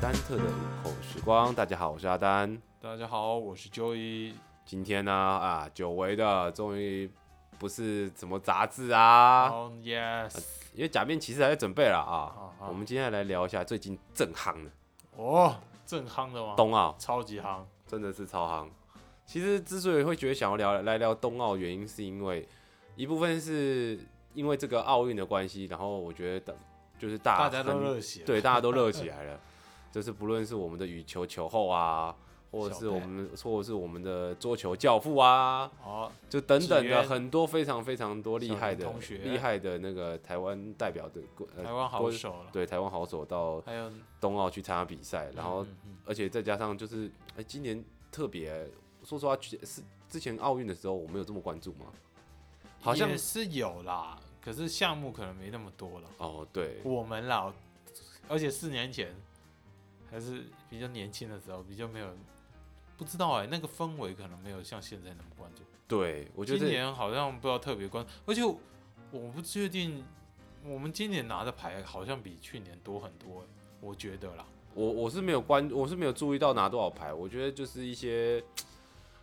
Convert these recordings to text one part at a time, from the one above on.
丹特的午后时光。大家好，我是阿丹。大家好，我是 Joey。今天呢，啊，久违的，终于不是什么杂志啊， Oh yes，因为假面骑士还在准备了啊。啊我们今天来聊一下最近正夯的哦，正夯的吗？冬奥，超级夯，真的是超夯。其实之所以会觉得想要聊来聊冬奥，原因是因为一部分是因为这个奥运的关系，然后我觉得就是大大家都很热血。，对，大家都热 起来了。就是不论是我们的羽球球后啊，或者小是我贝们，或者是我们的桌球教父啊，哦，就等等志的渊很多非常非常多厉小害林的同学厉害的那个台湾代表的国，台呃，湾好手了。对台湾好手到还有，冬奥去参加比赛，然后嗯嗯而且再加上就是，哎、今年特别，说实话去是之前奥运的时候我没有这么关注吗？嗯好像也是有啦，可是项目可能没那么多了。哦，对，我们啦，而且四年前还是比较年轻的时候，比较没有。不知道哎、那个氛围可能没有像现在那么关注。对我觉今得年好像不知道特别关，而且我我不确定我们今年拿的牌好像比去年多很多欸、我觉得啦。我我是没有关，我是没有注意到拿多少牌，我觉得就是一些，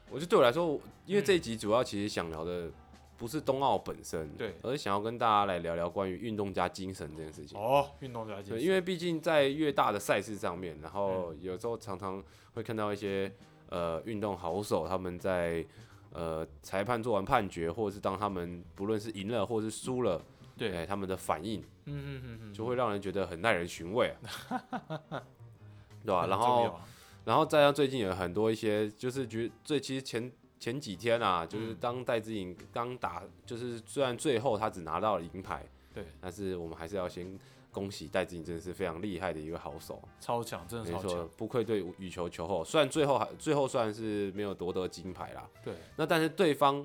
我觉得对我来说，因为这一集主要其实想聊的不是冬奥本身，对而是想要跟大家来聊聊关于运动家精神这件事情。哦，运动家精对，神，嗯因为毕竟在越大的赛事上面，然后有时候常常会看到一些呃运动好手他们在呃裁判做完判决，或者是当他们不论是赢了或是输了，对，哎他们的反应嗯嗯嗯嗯，就会让人觉得很耐人寻味、啊， 对吧、很然重后要啊然后再加上最近有很多一些，就是觉得最其实前前几天啊，就是嗯当戴资颖刚打，就是虽然最后他只拿到了银牌，对，但是我们还是要先恭喜戴资颖，真的是非常厉害的一个好手，超强，真的没超错强，，不愧对羽球球后。虽然最后还最后虽然是没有夺得金牌啦，对那但是对方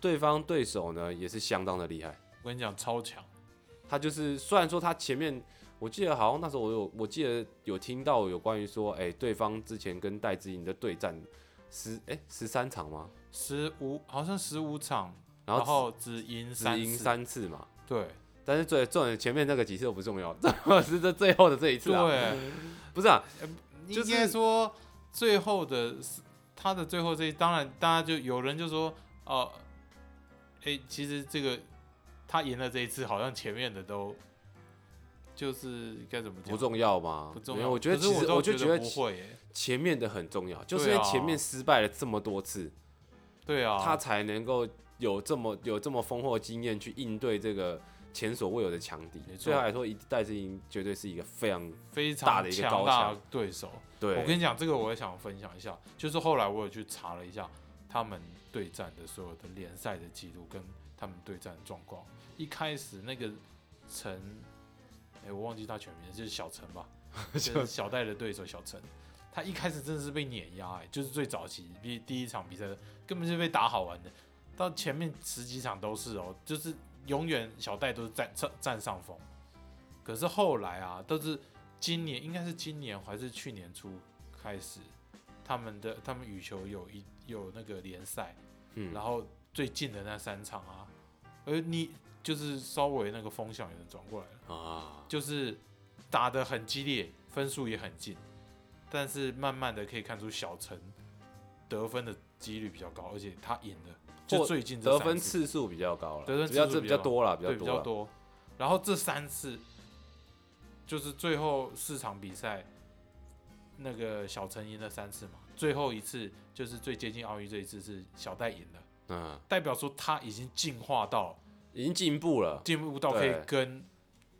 对方对手呢也是相当的厉害。我跟你讲超强，他就是虽然说他前面，我记得好像那时候我有，我记得有听到有关于说，哎、对方之前跟戴资颖的对战十哎十三场吗？十五好像十五场，然后然后只赢只只三赢次，三次嘛。对但是最重点前面那个几次都不重要， 重要是这最后的这一次啊，对，不是啊，就应是该说最后的是他的最后这一，当然大家就有人就说哦，哎、其实这个他赢了这一次，好像前面的都就是该怎么讲不重要吗？不重没要，有我觉得可是其实倒就觉觉得不会耶，前面的很重要，就是对因啊为前面失败了这么多次，对啊，他才能够有这么有这么丰厚的经验去应对这个前所未有的强敌没。错对他来说，一戴资颖绝对是一个非常非大常的一个强高大墙的对手。对。我跟你讲，这个我也想分享一下，就是后来我有去查了一下他们对战的所有的联赛的记录跟他们对战的状况。一开始那个陈，哎、我忘记他全名了，就是小陈吧，就是小戴的对手小陈。他一开始真的是被碾压，哎，就是最早期第第一场比赛根本就被打好玩的，到前面十几场都是哦，就是永远小戴都是占占占上风。可是后来啊，都是今年应该是今年还是去年初开始，他们的他们羽球有一有那个联赛，嗯然后最近的那三场啊，而你就是稍微那个风向有点转过来了，啊，就是打得很激烈，分数也很近，但是慢慢的可以看出小陈得分的几率比较高，而且他赢了，就或最近这得三分次次数比较高了，得分比较次数这比比较较多了，比较对比多较了。多。然后这三次就是最后四场比赛，那个小陈赢了三次嘛，最后一次就是最接近奥运这一次是小戴赢了，嗯，代表说他已经进化到已经进步了。进步到可以对跟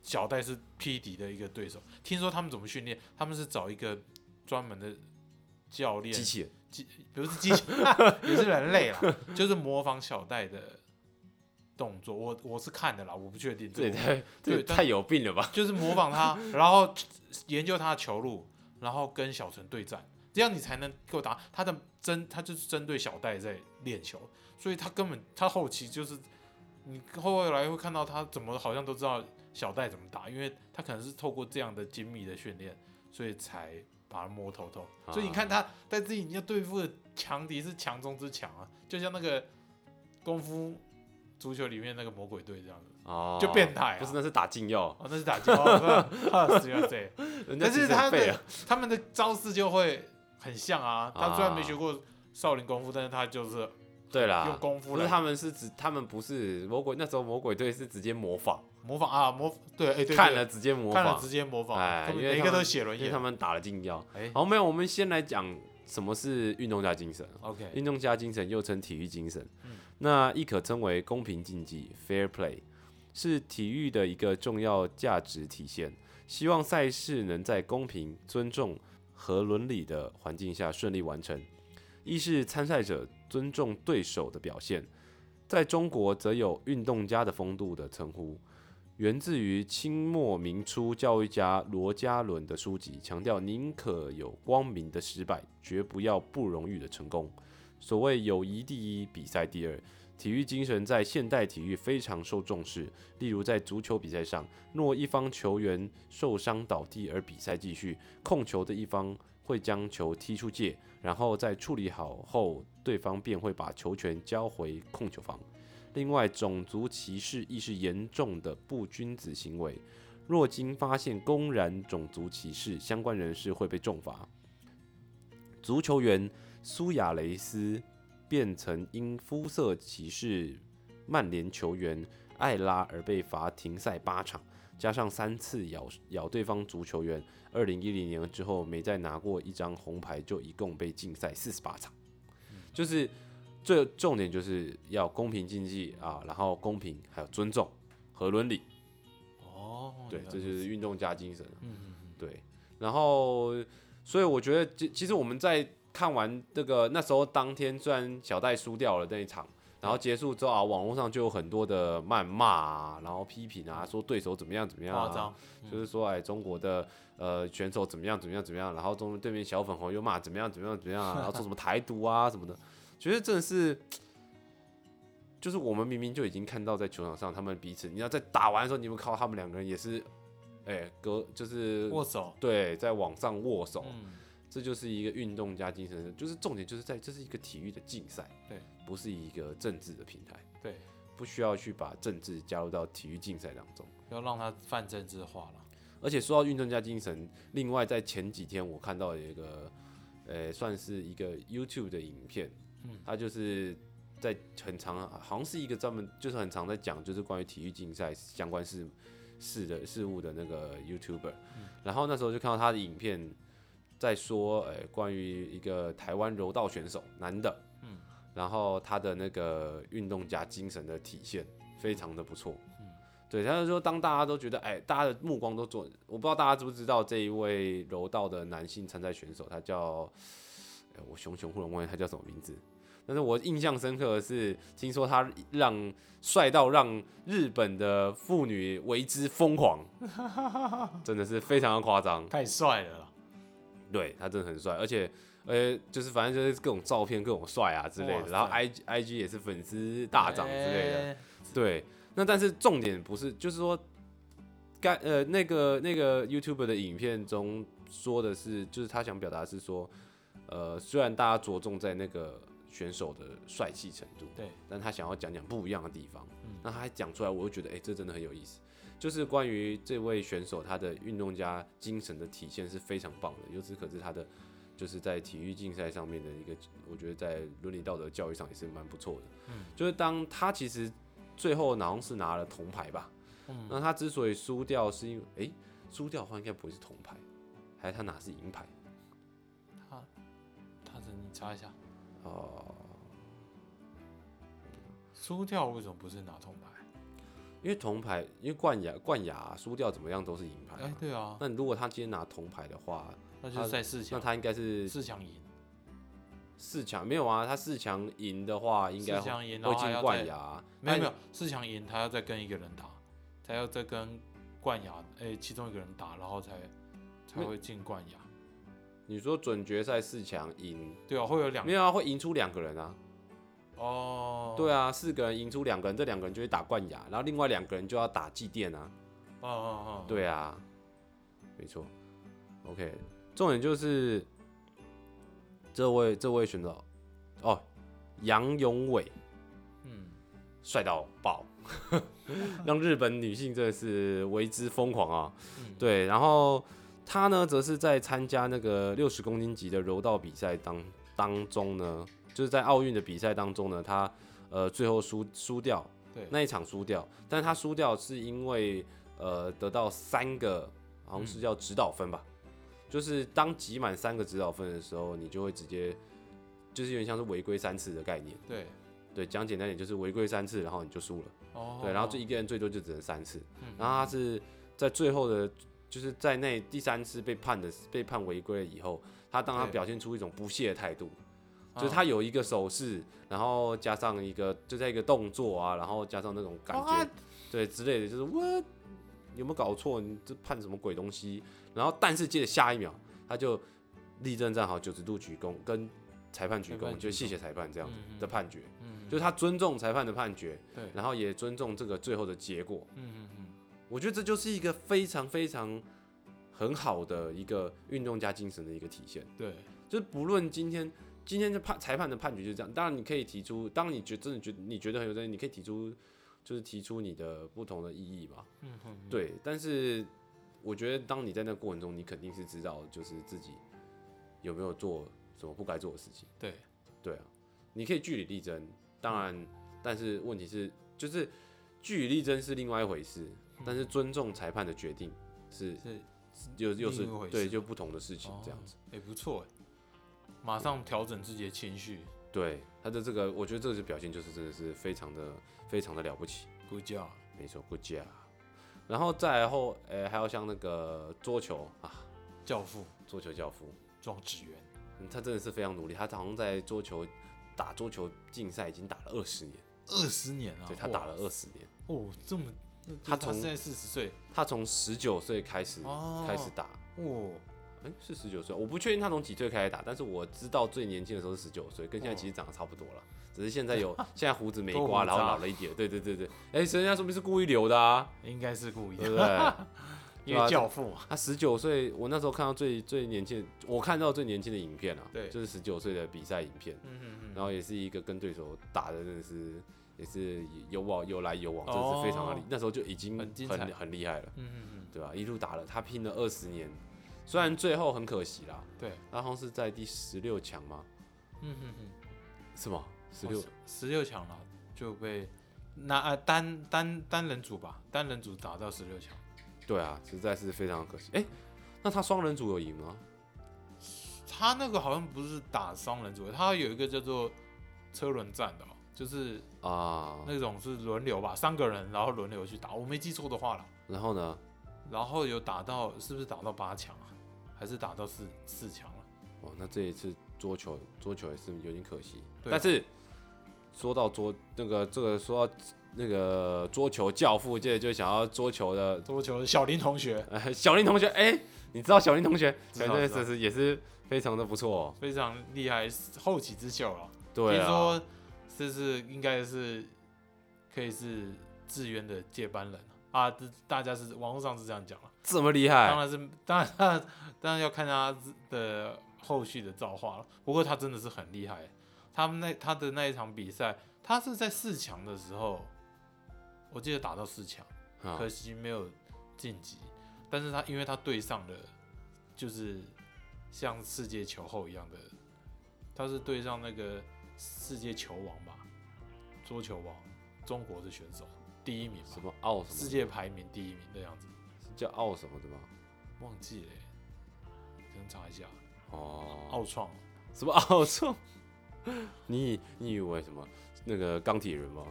小戴是匹敌的一个对手。听说他们怎么训练，他们是找一个专门的教练机器人不是机器， 也是人类啦，就是模仿小戴的动作。我我是看的啦，我不确定。这也个太这也对但太有病了吧？就是模仿他，然后研究他的球路，然后跟小陈对战，这样你才能够打他的针，他就是针对小戴在练球，所以他根本他后期就是你后来会看到他怎么好像都知道小戴怎么打，因为他可能是透过这样的精密的训练，所以才把他摸透透。啊所以你看他在自己要对付的强敌是强中之强啊，就像那个功夫足球里面那个魔鬼队这样子，哦， 就变态啊不是那是打禁药，哦，那是打架， 哦不是啊，是要这样。人家但其是实他很废啊的，他们的招式就会很像啊。他虽然没学过少林功夫，但是他就是对用啦，功夫不是来他们是指他们不是魔鬼，那时候魔鬼队是直接模仿，模仿啊，模对，哎、对，对看了直接模看了仿直，接模仿，哎他们因为每一他个们都写轮因为眼他。们打了禁药。哎、好，没有，我们先来讲什么是运动家精神。啊 o k 运动家精神又称体育精神，嗯那亦可称为公平竞技 （fair play），是体育的一个重要价值体现。希望赛事能在公平、尊重和伦理的环境下顺利完成。一是参赛者尊重对手的表现，在中国则有“运动家”的风度的称呼，源自于清末明初教育家罗家伦的书籍，强调宁可有光明的失败，绝不要不荣誉的成功。所谓友谊第一，比赛第二。体育精神在现代体育非常受重视，例如在足球比赛上，若一方球员受伤倒地而比赛继续，控球的一方会将球踢出界，然后在处理好后，对方便会把球权交回控球方。另外，种族歧视亦是严重的不君子行为，若经发现公然种族歧视，相关人士会被重罚。足球员苏亚雷斯便曾因肤色歧视曼联球员艾拉而被罚停赛八场，加上三次咬咬对方足球员。二零一零年之后没再拿过一张红牌，就一共被禁赛四十八场。就是最重点就是要公平竞技啊，然后公平还有尊重和伦理，哦，对，这原来就如此是运动家精神。嗯嗯嗯，对，然后所以我觉得，其其实我们在看完这个那时候当天，虽然小戴输掉了那一场，然后结束之后啊，网络上就有很多的谩骂啊，然后批评啊，说对手怎么样怎么样、夸啊张，，嗯就是说哎中国的呃选手怎么样怎么样怎么样，然后中对面小粉红又骂怎么样怎么样怎么样啊，然后说什么台独啊什么的，觉得真的是。就是我们明明就已经看到在球场上他们彼此，你要在打完的时候，你们靠他们两个人也是，哎、隔就是握手，对，在网上握手，嗯，这就是一个运动加精神，就是重点就是在这是一个体育的竞赛，对，不是一个政治的平台，对，不需要去把政治加入到体育竞赛当中。不要让他泛政治化了。而且说到运动加精神，另外在前几天我看到有一个，呃，算是一个 YouTube 的影片，嗯它就是在很长，好像是一个专门就是很常在讲就是关于体育竞赛相关事事的事物的那个 YouTuber，、然嗯后那时候就看到他的影片在说，呃，关于一个台湾柔道选手男的，嗯然后他的那个运动家精神的体现非常的不错。嗯对，他就说，当大家都觉得，哎，大家的目光都做，我不知道大家知不知道这一位柔道的男性参赛选手，他叫，哎我熊熊忽然忘记他叫什么名字，但是我印象深刻的是，听说他让帅到让日本的妇女为之疯狂，真的是非常的夸张。太帅了啦，对他真的很帅，而且呃，就是反正就是各种照片、各种帅啊之类哇的，塞然后 I G I G 也是粉丝大涨之类的。哎，对，那但是重点不是，就是说，该呃那个那个 YouTube 的影片中说的是，就是他想表达的是说，呃，虽然大家着重在那个选手的帅气程度，对，但他想要讲讲不一样的地方。嗯那他还讲出来，我就觉得，哎、这真的很有意思。就是关于这位选手他的运动家精神的体现是非常棒的，由此可知他的就是在体育竞赛上面的一个，我觉得在伦理道德教育上也是蛮不错的。嗯，就是当他其实最后好像是拿了铜牌吧，嗯，那他之所以输掉是因为，哎、输掉的话应该不会是铜牌，还是他拿的是银牌？他，他是你查一下，哦、输掉为什么不是拿铜牌？因为铜牌，因为冠亚冠亚输掉怎么样都是银牌啊、哎，对啊，那如果他今天拿铜牌的话，那就是在四那强，他应该是四强赢，四强没有啊？他四强赢的话，应该四强赢，然会后还进要冠再亚啊、没有没有，有，四强赢他要再跟一个人打，他要再跟冠亚哎、其中一个人打，然后才才没会进冠亚。你说准决赛四强赢对啊，会有两没有啊？会赢出两个人啊？哦，对啊，四个人赢出两个人，这两个人就会打冠亚，然后另外两个人就要打祭奠啊。哦哦哦，对啊，没错。OK，重点就是这位这位选手哦，杨永伟，嗯，帅到爆， 让日本女性真的是为之疯狂啊！嗯，对，然后他呢，则是在参加那个六十公斤级的柔道比赛当当中呢，就是在奥运的比赛当中呢，他呃最后输输掉对那一场输掉，但他输掉是因为呃得到三个好像是叫指导分吧，就是当集满三个指导分的时候，你就会直接就是有点像是违规三次的概念。对，对，讲简单点就是违规三次，然后你就输了。哦，对，然后就一个人最多就只能三次，嗯然后他是在最后的，就是在那第三次被判的被判违规了以后，他当他对表现出一种不屑的态度，嗯就是他有一个手势，然后加上一个就在一个动作啊，然后加上那种感觉 What？，对之类的，就是我有没有搞错？你这判什么鬼东西？然后但是接着下一秒他就立正站好，九十度鞠躬，跟裁判鞠裁判躬，鞠就谢躬谢裁判这样子嗯嗯的判决，嗯，就是他尊重裁判的判决。对，然后也尊重这个最后的结果。嗯嗯嗯，我觉得这就是一个非常非常很好的一个运动家精神的一个体现。嗯对，就是不论今天今天的判裁判的判决就是这样，当然你可以提出，当你觉真的觉你觉得很有争议，你可以提出就是提出你的不同的异议嘛。嗯嗯，对，但是我觉得当你在那过程中，你肯定是知道就是自己有没有做什么不该做的事情。对，对啊，你可以据理力争，当然，但是问题是，就是据理力争是另外一回事，但是尊重裁判的决定是嗯是又又是另一回事对就不同的事情哦这样子。也不错哎，马上调整自己的情绪，对他的这个，我觉得这个表现就是真的是非常的非常的了不起，不叫，没错，good job。然后再来后，呃，还有像那个桌球啊，教父桌球教父，庄智渊，嗯他真的是非常努力，他好像在桌球打桌球竞赛已经打了二十年，二十年啊，对他哇打了二十年。哦，这么，那他他从现在四十岁，他从十九岁开始、哦开始打，哦，哎、是十九岁，我不确定他从几岁开始打，但是我知道最年轻的时候是十九岁，跟现在其实长得差不多了，只是现在 有现在胡子没多刮，胡啊然后渣老了一点。对对对对，哎、所以人家说明是故意留的啊，应该是故意对不 的，对？因对啊为教父嘛，他十九岁，我那时候看到最最年轻的，我看到最年轻的影片啊，对就是十九岁的比赛影片，嗯嗯嗯，然后也是一个跟对手打的真的是也是有往有来有往，真的是非常的厉，哦那时候就已经很精彩很很厉害了。嗯嗯对吧、一路打了，他拼了二十年，虽然最后很可惜啦，嗯，对，他好像是在第十六强吗？嗯嗯嗯，是吗？十六、哦十六强了就被。那啊、单单单人组吧，单人组打到十六强，对啊，实在是非常可惜。哎、那他双人组有赢吗？他那个好像不是打双人组，他有一个叫做车轮战的、哦，就是啊，那种是轮流吧，三个人然后轮流去打，我没记错的话啦。然后呢？然后有打到是不是打到八强啊？还是打到四四强啊了？哦，那这一次桌球，桌球也是有点可惜。对啊但是说到桌那个这个说到那个桌球教父，接着就想要桌球的桌球小林同学呃小林同学，哎、你知道小林同学，知小道林同学知道其实也是非常的不错、哦。非常厉害，后起之秀了。对听啊，说这是应该是可以是志渊的接班人啊，这大家是网络上是这样讲了。这么厉害当，然是， 当然，当然，当然要看他的后续的造化了。不过他真的是很厉害，他们那他的那一场比赛，他是在四强的时候，我记得打到四强，啊可惜没有晋级。但是他因为他对上了，就是像世界球后一样的，他是对上那个世界球王吧，桌球王，中国的选手第一名什吧，么奥什么世界排名第一名的样子。叫奥什么的吗？忘记了欸，可能查一下。哦，奥创什么奥 创？你以你以为什么那个钢铁人吗？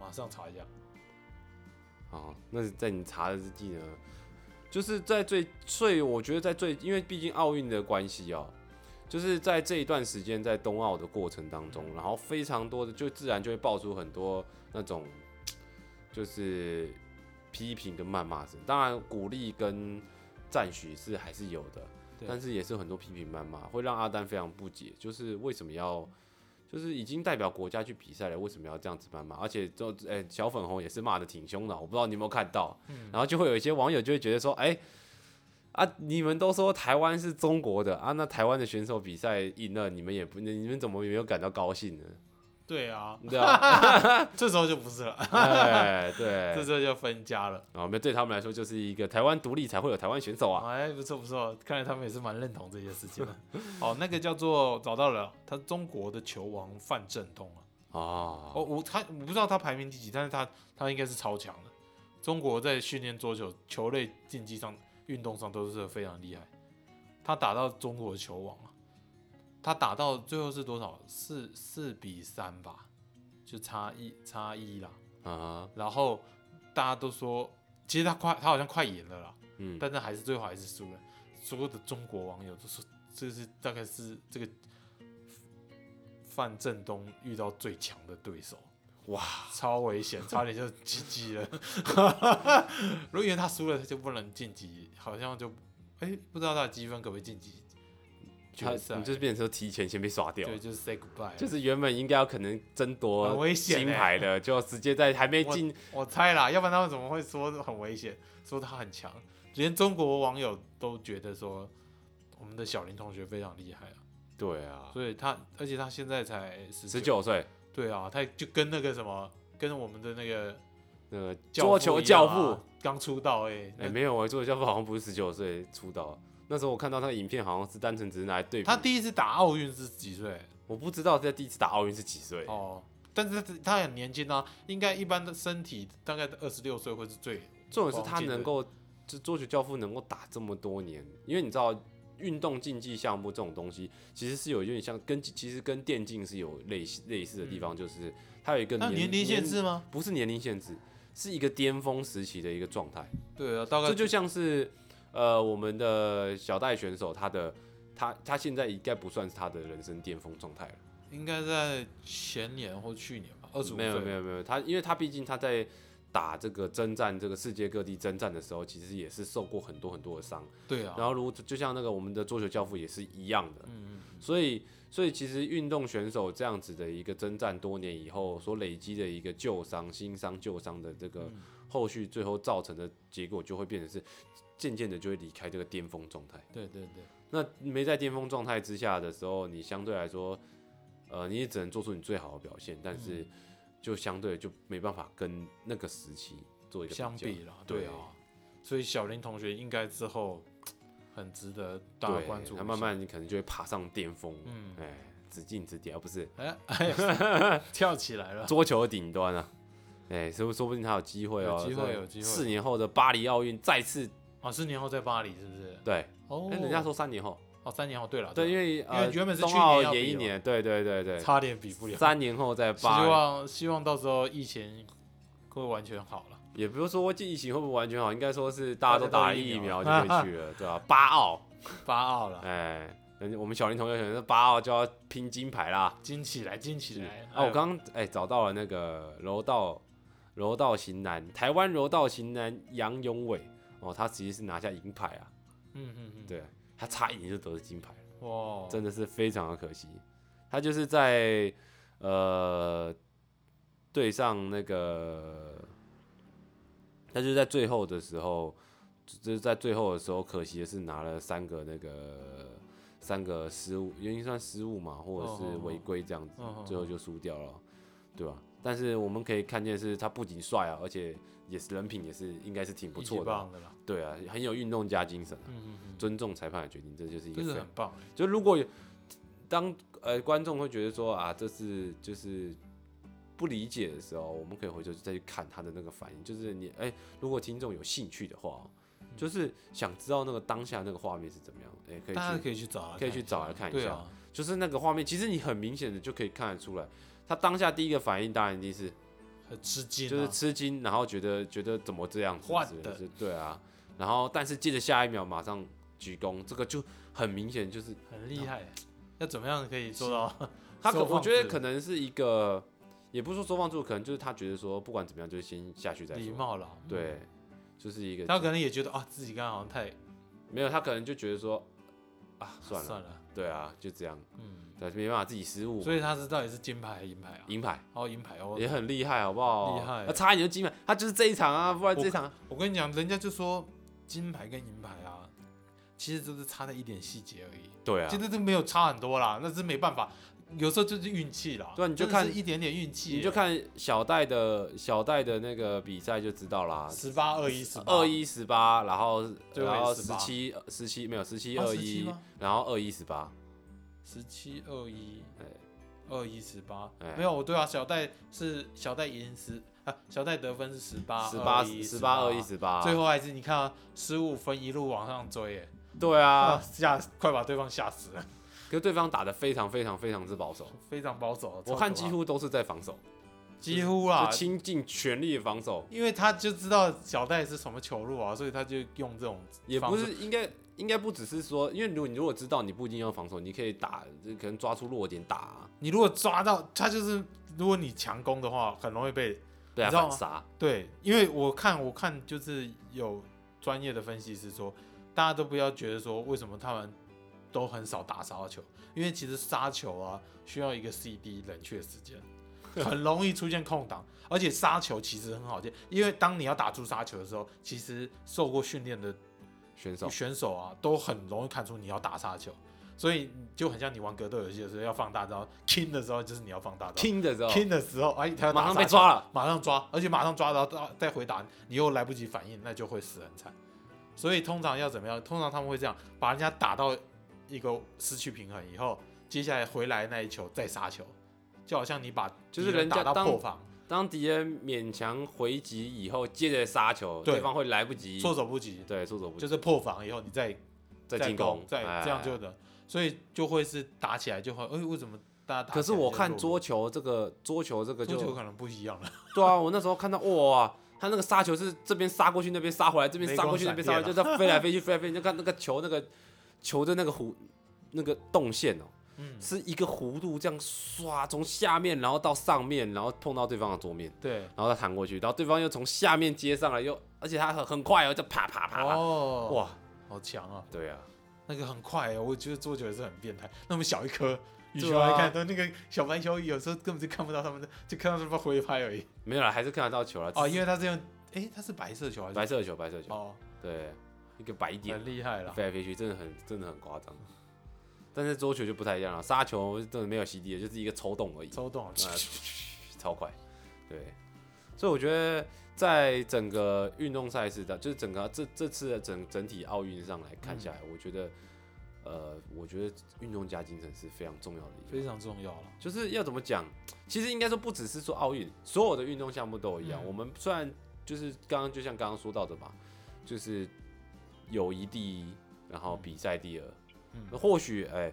马上查一下。啊，那是在你查的日记呢，就是在最最，我觉得在最，因为毕竟奥运的关系哦、就是在这一段时间在冬奥的过程当中，然后非常多的就自然就会爆出很多那种就是批评跟谩骂声，当然鼓励跟赞许是还是有的，对但是也是很多批评谩骂，会让阿丹非常不解，就是为什么要。就是已经代表国家去比赛了，为什么要这样子谩骂？而且就诶、小粉红也是骂的挺凶的，我不知道你有没有看到。嗯然后就会有一些网友就会觉得说，哎、啊，你们都说台湾是中国的啊，那台湾的选手比赛赢了，你们也不，你们怎么也没有感到高兴呢？对啊， 对啊，这时候就不是了，哎， 这对，时候就分家了。啊，没有对他们来说就是一个台湾独立才会有台湾选手啊，哎，不错不错，看来他们也是蛮认同这件事情的。 哦，那个叫做找到了，他是中国的球王范振东啊。哦，哦，我他我不知道他排名第几，但是他他应该是超强的。中国在训练桌球球类竞技上、运动上都是非常厉害。他打到中国的球王啊，他打到最后是多少？四四比三吧，就差一差一啦。啊，然后大家都说，其实他快，他好像快赢了啦，嗯，但是还是最后还是输了。所有的中国网友都说，这是大概是这个范振东遇到最强的对手，哇，超危险，差点就 GG 了。如果因为他输了，他就不能晋级，好像就哎、不知道他的积分可不可以晋级他决赛，你就是变成说提前先被刷掉了对，。就是 say goodbye，就是原本应该要可能争夺很危险欸金牌的，就直接在还没进我猜啦，要不然他们怎么会说很危险，说他很强？连中国网友都觉得说我们的小林同学非常厉害啊，对啊，所以他而且他现在才十十，九岁对啊，他就跟那个什么，跟我们的那个那个教父桌球教一样父啊，，刚出道哎、哎、没有啊，桌球教父好像不是十九岁出道，啊那时候我看到他的影片好像是单纯只是拿来对比，他第一次打奥运是几岁？我不知道在第一次打奥运是几岁，哦，但是他他很年轻啊，应该一般的身体大概二十六岁会是最重点是他黄金的能够就桌球教父能够打这么多年，因为你知道。运动竞技项目这种东西，其实是有一点像跟其实跟电竞是有类似类似的地方，就是它有一个嗯那年龄限制吗？不是年龄限制，是一个巅峰时期的一个状态。对啊，大概这就像是呃，我们的小戴选手，他的他他现在应该不算是他的人生巅峰状态了。应该在前年或去年吧，二十五岁。没有没有没有，他因为他毕竟他在打这个征战这个世界各地征战的时候，其实也是受过很多很多的伤。对啊，然后如就像那个我们的桌球教父也是一样的，嗯，所以，所以其实运动选手这样子的一个征战多年以后所累积的一个旧伤、新伤、旧伤的这嗯个后续，最后造成的结果就会变成是渐渐的就会离开这个巅峰状态。对对对，那没在巅峰状态之下的时候，你相对来说，呃，你也只能做出你最好的表现，但嗯是就相对就没办法跟那个时期做一个相较比啦，对对啊，所以小林同学应该之后很值得大家对，关注。他慢，慢你可能就会爬上巅峰，嗯，哎，止境之巅，而不是哎 哎，跳起来了，桌球的顶端啊。哎、说说不定他有机会哦、有机会在有机会四年后的巴黎奥运再次啊，四年后在巴黎是不是？对，哦哎、，人家说三年后，哦，三年后，对了，对，因为为呃，因为原本是冬去年奥要比延一嘛年，对对对对，差点比不了，三年后在希巴黎，望希望到时候疫情会完全好了。也不是说疫情会不会完全好，应该说是大家都大家都打了疫疫苗苗就可以去了，对吧、巴奥，巴奥了，哎、人家我们小林同学可能是巴奥就要拼金牌啦。惊起来，惊起来！啊，我刚刚哎找到了那个柔道柔道型男，台湾柔道型男杨永伟哦，他其实是拿下银牌啊。嗯嗯嗯，对他差一点就得金牌了，哇，真的是非常的可惜。他就是在呃对上那个，他就是在最后的时候，就就是在最后的时候，可惜的是拿了三个那个三个失误，因为算失误嘛，或者哦哦是哦违规这样子，嗯嗯最后就输掉了，对吧、但是我们可以看见是他不仅帅啊，而且也是人品也是应该是挺不一级错的啊，棒的啦，对啊，很有运动家精神啊。嗯嗯嗯，尊重裁判的决定，这就是一个真的非很棒哎。就如果有当呃观众会觉得说啊，这是就是不理解的时候，我们可以回头再去看他的那个反应。就是你哎、如果听众有兴趣的话，就是想知道那个当下那个画面是怎么样，哎、可大家以去可以去找来看一下，可以去找来看一对下啊，就是那个画面，其实你很明显的就可以看得出来，他当下第一个反应当然一定是很吃惊、啊，就是吃惊，然后觉得觉得怎么这样子换之类的就对啊，然后但是接着下一秒马上鞠躬，这个就很明显就是很厉害。要怎么样可以做到？他可收放我觉得自可能是一个，也不是说收放住，可能就是他觉得说不管怎么样，就是先下去再礼说。貌了，对，就是一嗯，个他可能也觉得啊，自己刚刚好像太没有他可能就觉得说啊算了，算了，对啊就这样，嗯，对，没办法自己失误嘛，所以他是到底是金牌还是银牌啊？银牌哦，银牌哦也，很厉害，好不好？厉害他差一点就金牌，他就是这一场啊，不然这一场我跟你讲，人家就说金牌跟银牌啊，其实就是差在一点细节而已，对啊其，实这没有差很多啦，那是没办法，有时候就是运气啦，对啊你就真的是看一点点运气耶，你就看小戴的小戴的那个比赛就知道啦，十八二一十二一十八，然后最后也然后十18七十七没有十七啊二17一吗，然后二一十八，十七二一哎，二一十八哎，没有，我对啊，小戴是小戴赢十啊，小戴得分是十八，十八啊十十八二一十，十八，最后还是你看啊，十五分一路往上追，哎，对啊，啊，吓快把对方吓死了， 可是对方打的非常非常非常之保守，非常保守，我超看可怕几乎都是在防守，几乎啦就，倾尽全力的防守，因为他就知道小戴是什么球路啊，所以他就用这种也方不式是应该应该不只是说，因为如果你如果知道你不一定要防守，你可以打，可能抓出弱点打啊，你如果抓到他，就是如果你强攻的话，很容易被被他你知反道吗杀，对，因为我看我看就是有专业的分析师说，大家都不要觉得说为什么他们都很少打杀球，因为其实杀球啊需要一个 CD 冷却时 间，很容易出现空档，而且杀球其实很好接，因为当你要打出杀球的时候，其实受过训练的选手选手啊，都很容易看出你要打杀球，所以就很像你玩格斗游戏的时候要放大招，king 的时候就是你要放大招。啊听的时候 king 的时候，哎，他要打马上被杀球抓了，马上抓，而且马上抓到到再回答，你又来不及反应，那就会死很惨。所以通常要怎么样？通常他们会这样，把人家打到一个失去平衡以后，接下来回来那一球再杀球，就好像你把就是敌人人家打到当破防，当敌人勉强回击以后，接着杀球，对对方会来不及，措手不及，对，措手不及，就是破防以后你再再再进攻，再哎这样就能，所以就会是打起来就会，哎、为什么大家打起来可是我看就桌球这个桌球这个弱就桌球可能不一样了，对啊，我那时候看到哇，他那个杀球是这边杀过去，那边杀回来，这边杀过去，那雷边光杀回闪电啊来，就在飞来飞去，飞来飞去。你就看那个球，那个球的那个弧，那个动线哦、嗯，是一个弧度这样刷，从下面然后到上面，然后碰到对方的桌面，对，然后再弹过去，然后对方又从下面接上来，又而且他很很快哦、就啪啪啪啪，哦，哇，哇，好强啊，对啊，那个很快、欸，我觉得桌球也是很变态，那么小一颗。羽对球来啊看，他那个小白球有时候根本就看不到他们的，就看到他们挥拍而已。没有啦，还是看得到球了，哦，啊只是因为他是用，哎、他是白色球还是？白色的球，白色的球，哦，对，一个白点很厉害了。飞来飞去，真的很真的很夸张。但是桌球就不太一样了，杀球真的没有 CD 的，就是一个抽动而已，抽动了， 啊超快。对，所以我觉得在整个运动赛事的，就是整个这这次的整整体奥运上来看下嗯来，我觉得，呃，我觉得运动家精神是非常重要的一个非常重要了。就是要怎么讲？其实应该说不只是说奥运，所有的运动项目都一样。嗯我们虽然就是刚刚就像刚刚说到的嘛，就是友谊第一，然后比赛第二。嗯那或许哎、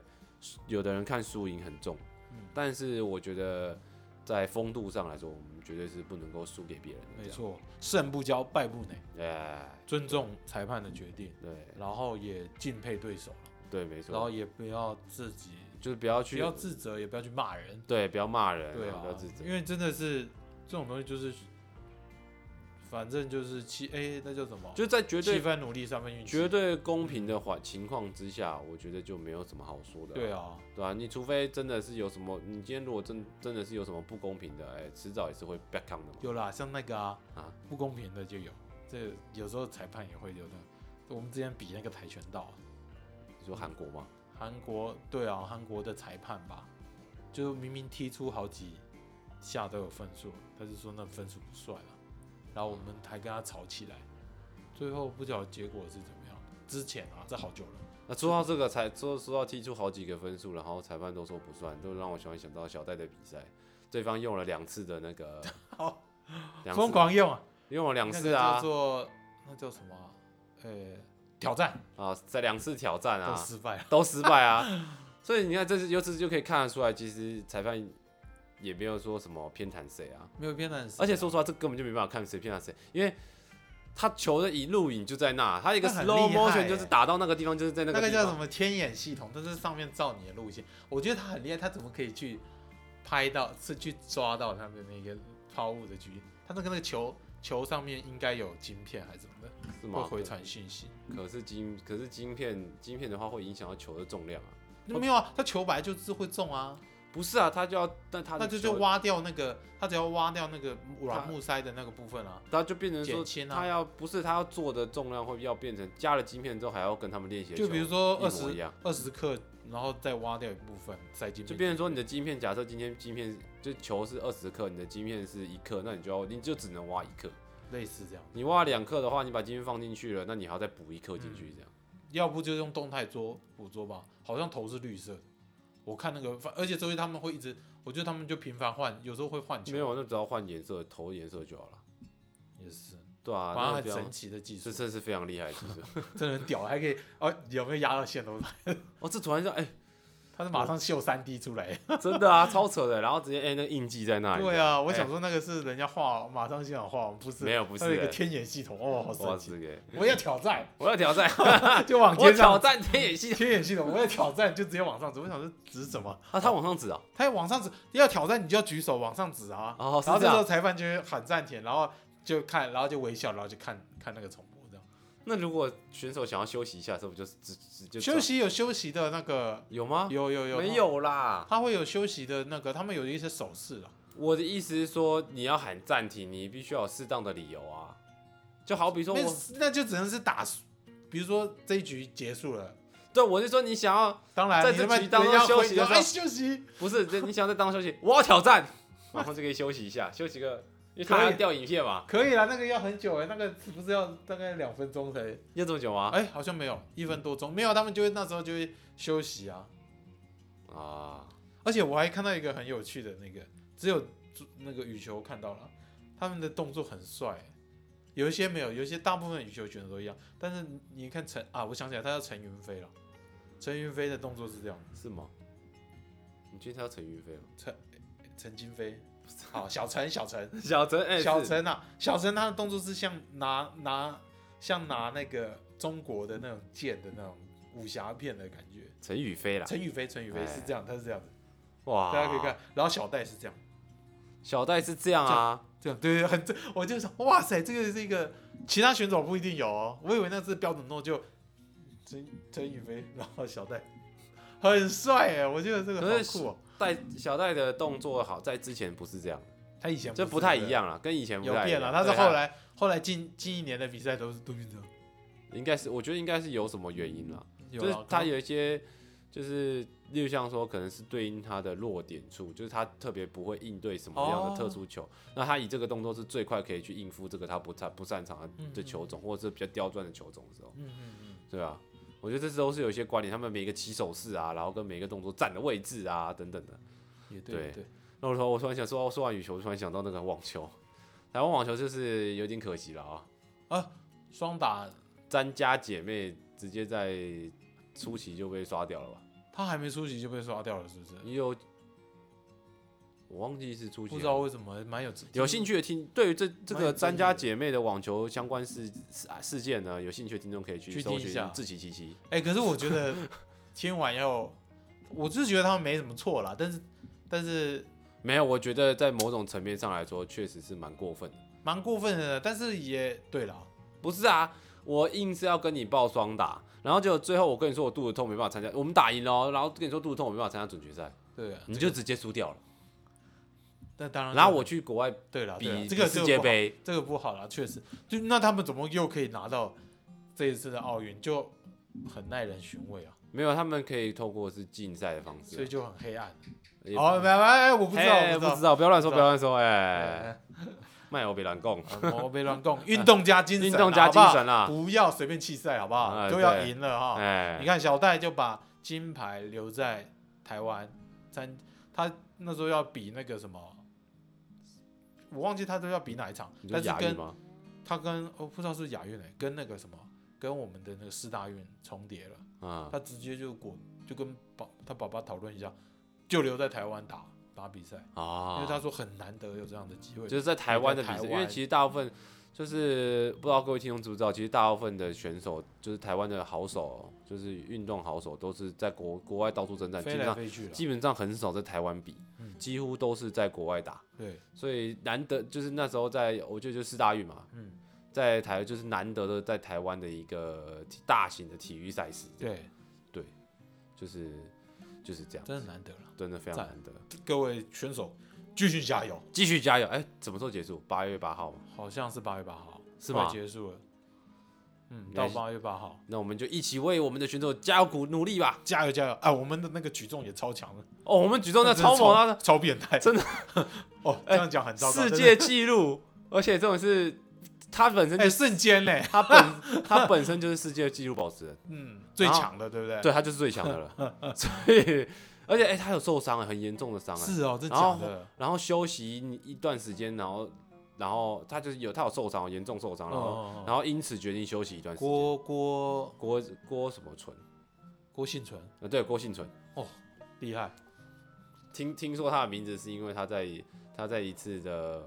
有的人看输赢很重，嗯但是我觉得在风度上来说，我们绝对是不能够输给别人的。没，错，胜不骄，败不馁，哎，尊重裁判的决定，对然后也敬佩对手。对，没然错后，也不要自己，就是不要不去要自责，也不要去骂人，对，不要骂人，对然后啊不要自，责因，为真的是这种东西就是，反正就是气，哎、那叫什么？就在绝七对分努力，三分运气。绝对公平的环情况之下，我觉得就没有什么好说的。对啊，对啊，你除非真的是有什么，你今天如果真真的是有什么不公平的，哎、迟早也是会 back on 的嘛。有啦，像那个啊，啊不公平的就有，这有时候裁判也会有的。我们之前比那个跆拳道，你说韩国吗？韩国对啊，韩国的裁判吧，就明明踢出好几下都有分数，他就说那分数不算了，然后我们还跟他吵起来，最后不晓得结果是怎么样。之前啊，这好久了，那说到这个才说说到踢出好几个分数，然后裁判都说不算，都让我想想到小戴的比赛，对方用了两次的那 个哦，两次疯狂用啊，用了两那次个叫啊做那叫什么啊、呃，挑战啊，在两次挑战都啊失败了，都失败啊，所以你看这是由此就可以看得出来，其实裁判也没有说什么偏袒谁啊，没有偏袒谁啊，而且说实话，这根本就没办法看谁骗了谁，因为他球的一路影就在那，他一个那很 slow 厉害 motion 就是打到那个地方，就是在那那个个地叫什方。么天眼系统，但是上面照你的路线，我觉得他很厉害，他怎么可以去拍到，是去抓到他的那个抛物的局？他那个那个球球上面应该有晶片还是什么的，是会吗？回传讯息。可是晶可是晶片晶片的话会影响到球的重量啊。没有啊，他球本来就是会中啊，不是啊，他就要，但他的那就就球挖掉那个，他只要挖掉那个他软木塞的那个部分啊，他就变成说减轻啊他要不是他要做的重量会要变成加了晶片之后还要跟他们练习的球，就比如说一模二十一样，二十克，然后再挖掉一部分塞进去，就变成说你的晶片，假设今天晶片就球是二十克，你的晶片是一克，那你就要你就只能挖一克。类似这样，你挖两克的话，你把晶片放进去了，那你还要再补一克进嗯去，这样、要不就用动态捉捕捉吧，好像头是绿色的，我看那个，反而且周围他们会一直，我觉得他们就频繁换，有时候会换球，没有，那只要换颜色，头颜色就好了。也是，对啊，那个反正很比较神奇的技术这，真是非常厉害的技术。 真的很屌，还可以哦，有没有压到线头？哦，这突然间哎、他是马上秀三 D 出来，真的啊，超扯的。然后直接哎、那个印记在那里。对啊，我哎想说那个是人家画，马上现场画，不是，没有不是它有一个哎天眼系统，哦，好哇神奇，塞，给我要 挑战，我要 挑战，就往我天挑上，战天眼系。天眼系统，我要挑战，就直接往上指，我想说指什么？啊，他往上指啊，他要往上指，要挑战你就要举手往上指啊，哦，是然这后这时候样。裁判就会喊暂停，然后就看，然后就微笑，然后就看看那个重播这样。那如果选手想要休息一下，这不就是只只就休息有休息的那个，有吗？有有有，没有啦。他会有休息的那个，他们有一些手势啊，我的意思是说，你要喊暂停，你必须要有适当的理由啊。就好比说那我，那就只能是打输，比如说这一局结束了。对我是说你想要当然，在你这他妈局当中人家休回息的你时说候哎，休息，不是这你想要在当中休息，我要挑战， 马上就可以休息一下，休息个，因为他还可以要掉影片嘛，可以啦，那个要很久哎、那个是不是要大概两分钟才？要这么久吗？哎、好像没有，一分多钟没有，他们就会那时候就会休息啊。啊，而且我还看到一个很有趣的那个，只有足那个羽球看到了，他们的动作很帅、有一些没有，有一些大部分羽球选手都一样。但是你看陈啊，我想起来，他叫陈云飞了。陈云飞的动作是这样的，是吗？你今天要陈云飞吗？陈金飞，好，小陈，小陈，小陈，哎、小是陈啊，小陈他的动作是像拿拿像拿那个中国的那种剑的那种武侠片的感觉。陈宇飞啦，陈宇飞，陈宇飞哎是这样，他是这样子，哇，大家可以看。然后小戴是这样，小戴是这样啊，这样对对，对很正。我就想，哇塞，这个是一个其他选手不一定有哦，我以为那是标准动作，就陈陈宇飞，然后小戴，很帅哎，我觉得这个可好是酷哦。戴小戴的动作好，在之前不是这样，他以前这是不太的一，样啦，跟以前不有太一变样。了。他是对啊后来后来近近一年的比赛都是都是这样，应该是，我觉得应该是有什么原因啦，有就是啊他可能有一些，就是例如像说，可能是对应他的弱点处，就是他特别不会应对什么样的特殊哦球，那他以这个动作是最快可以去应付这个他不擅不擅长的球种，或者是比较刁钻的球种的时候，嗯嗯嗯。对啊，我觉得这都是有一些关联，他们每个起手式啊，然后跟每个动作站的位置啊等等的。也对对对，那我说，我突然想说，哦说完羽球，我突然想到那个网球，台湾网球就是有点可惜了啊，双打詹家姐妹直接在初期就被刷掉了吧。他还没出席就被刷掉了，是不是？你有，我忘记是出席不知道为什么，蛮有有兴趣。趣的听，对于这这蛮有个争议詹家姐妹的网球相关事事事件呢，有兴趣的听众可以去去搜听一寻下自己七七。哎、可是我觉得天晚要，我是觉得他们没什么错啦，但是但是没有，我觉得在某种层面上来说，确实是蛮过分的。蛮过分的，但是也对啦，不是啊，我硬是要跟你报双打，然后结果最后我跟你说我肚子痛没办法参加，我们打赢了哦，然后跟你说肚子痛我没办法参加准决赛，对啊，你就直接输掉了。那当然，然后我去国外对啦，比啊对啦比这个世界，杯，这个不好这个不好啦，确实，就那他们怎么又可以拿到这一次的奥运，就很耐人寻味啊，没有，他们可以透过是竞赛的方式所以啊。就很黑暗。也哦，没没没，我不知道，嘿我哎不知知道。道，不要乱说，不不知要道乱说，哎。哎卖我别乱讲，我被乱 供，运动加精神，运动加好不好精神啊不要随便弃赛，好不好？哎都要对赢了哈。你哎，看小戴就把金牌留在台湾参，他那时候要比那个什么，我忘记他都要比哪一场你，说但是亚运跟吗？他跟哦不知道是不是亚运呢，跟那个什么跟我们的那个四大运重叠了，啊，他直接就果就跟爸他爸爸讨论一下，就留在台湾打打比赛，因为他啊，说很难得有这样的机会就。是在台湾的比台赛，湾因为其实大部分就是不知道各位听众知不知道，其实大部分的选手就是台湾的好手，就是运动好手，都是在国国外到处征战，基飞本来上飞去了，啊基本上很少在台湾比，嗯几乎都是在国外打，对，所以难得就是那时候在，我觉得就是四大运嘛，嗯，在台就是难得的在台湾的一个体大型的体育赛事，对，就是就是这样，真的难得了。真的非常赞难得。各位选手继续加油，继续加油！哎、什么时候结束？八月八号吗？好像是八月八号是吗快结束了，嗯，你到还八月八号，那我们就一起为我们的选手加油鼓努力吧！加油加油！哎，我们的那个举重也超强了，哦，我们举重的 真的超猛啊，超变态，真哎的。 哦，这样讲很糟糕。世真的界纪录， 而且这种是他本身就哎瞬间嘞，他本 他本身就是世界纪录保持人，嗯，最强的，对不对？对他就是最强的 了。所以，而且哎、他有受伤啊，很严重的伤啊。是哦，真然后假的，然后休息一段时间，然后然后他就是有他有受伤，严重受伤，然后、哦然后因此决定休息一段时间。郭郭郭郭什么纯？郭幸存呃，对，郭幸存。厉害，听听说他的名字是因为他在他在一次的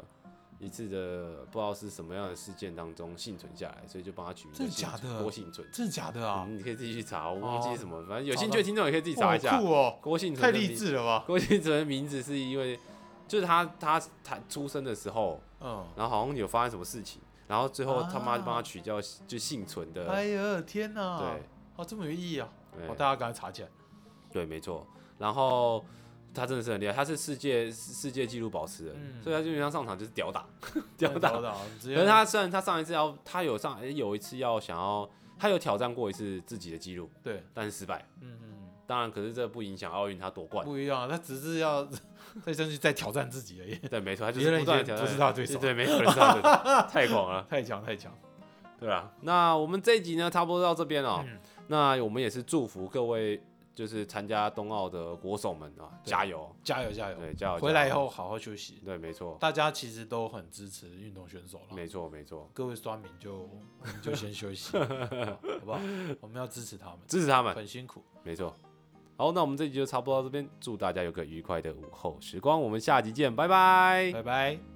一次的不知道是什么样的事件当中幸存下来，所以就帮他取名叫真的幸假存的郭幸存。真的假的啊？嗯，你可以自己去查，我忘记哦什么，反正有好兴的趣的听众也可以自己哇查一下好。酷哦，郭幸存太的励名。志了吧？郭幸存的名字是因为就是他他他出生的时候，嗯，然后好像有发生什么事情，然后最后他妈啊就帮他取叫就幸存的，哎呀，天哪，对，哦，这么有意义啊！对哦，大家赶快查起来。对，没错。然后他真的是很厉害，他是世界世界纪录保持人，嗯所以他基本上上场就是吊 打，吊打。屌打，嗯直接可是他虽然他上一次要他有上诶有一次要想要他有挑战过一次自己的纪录，对，但是失败。嗯嗯，当然，可是这不影响奥运他夺冠。不一样啊，他只是要 再上去再挑战自己而已， 对，没错，他就别是不人已断的经挑不战。是他的对手对，没有人是他的对 手，太狂了。太强太强，对啊，那我们这一集呢，差不多到这边哦。嗯那我们也是祝福各位就是参加冬奥的国手们啊，对加油！加油加油！对，加油！回来以加油，后好好休息，对，没错，大家其实都很支持运动选手了。没错，没错，各位酸民就 我们就先 休息，好不好？我们要支持他们，支持他们，很辛苦。没错。好，那我们这集就差不多到这边，祝大家有个愉快的午后时光，我们下集见，拜拜。拜拜。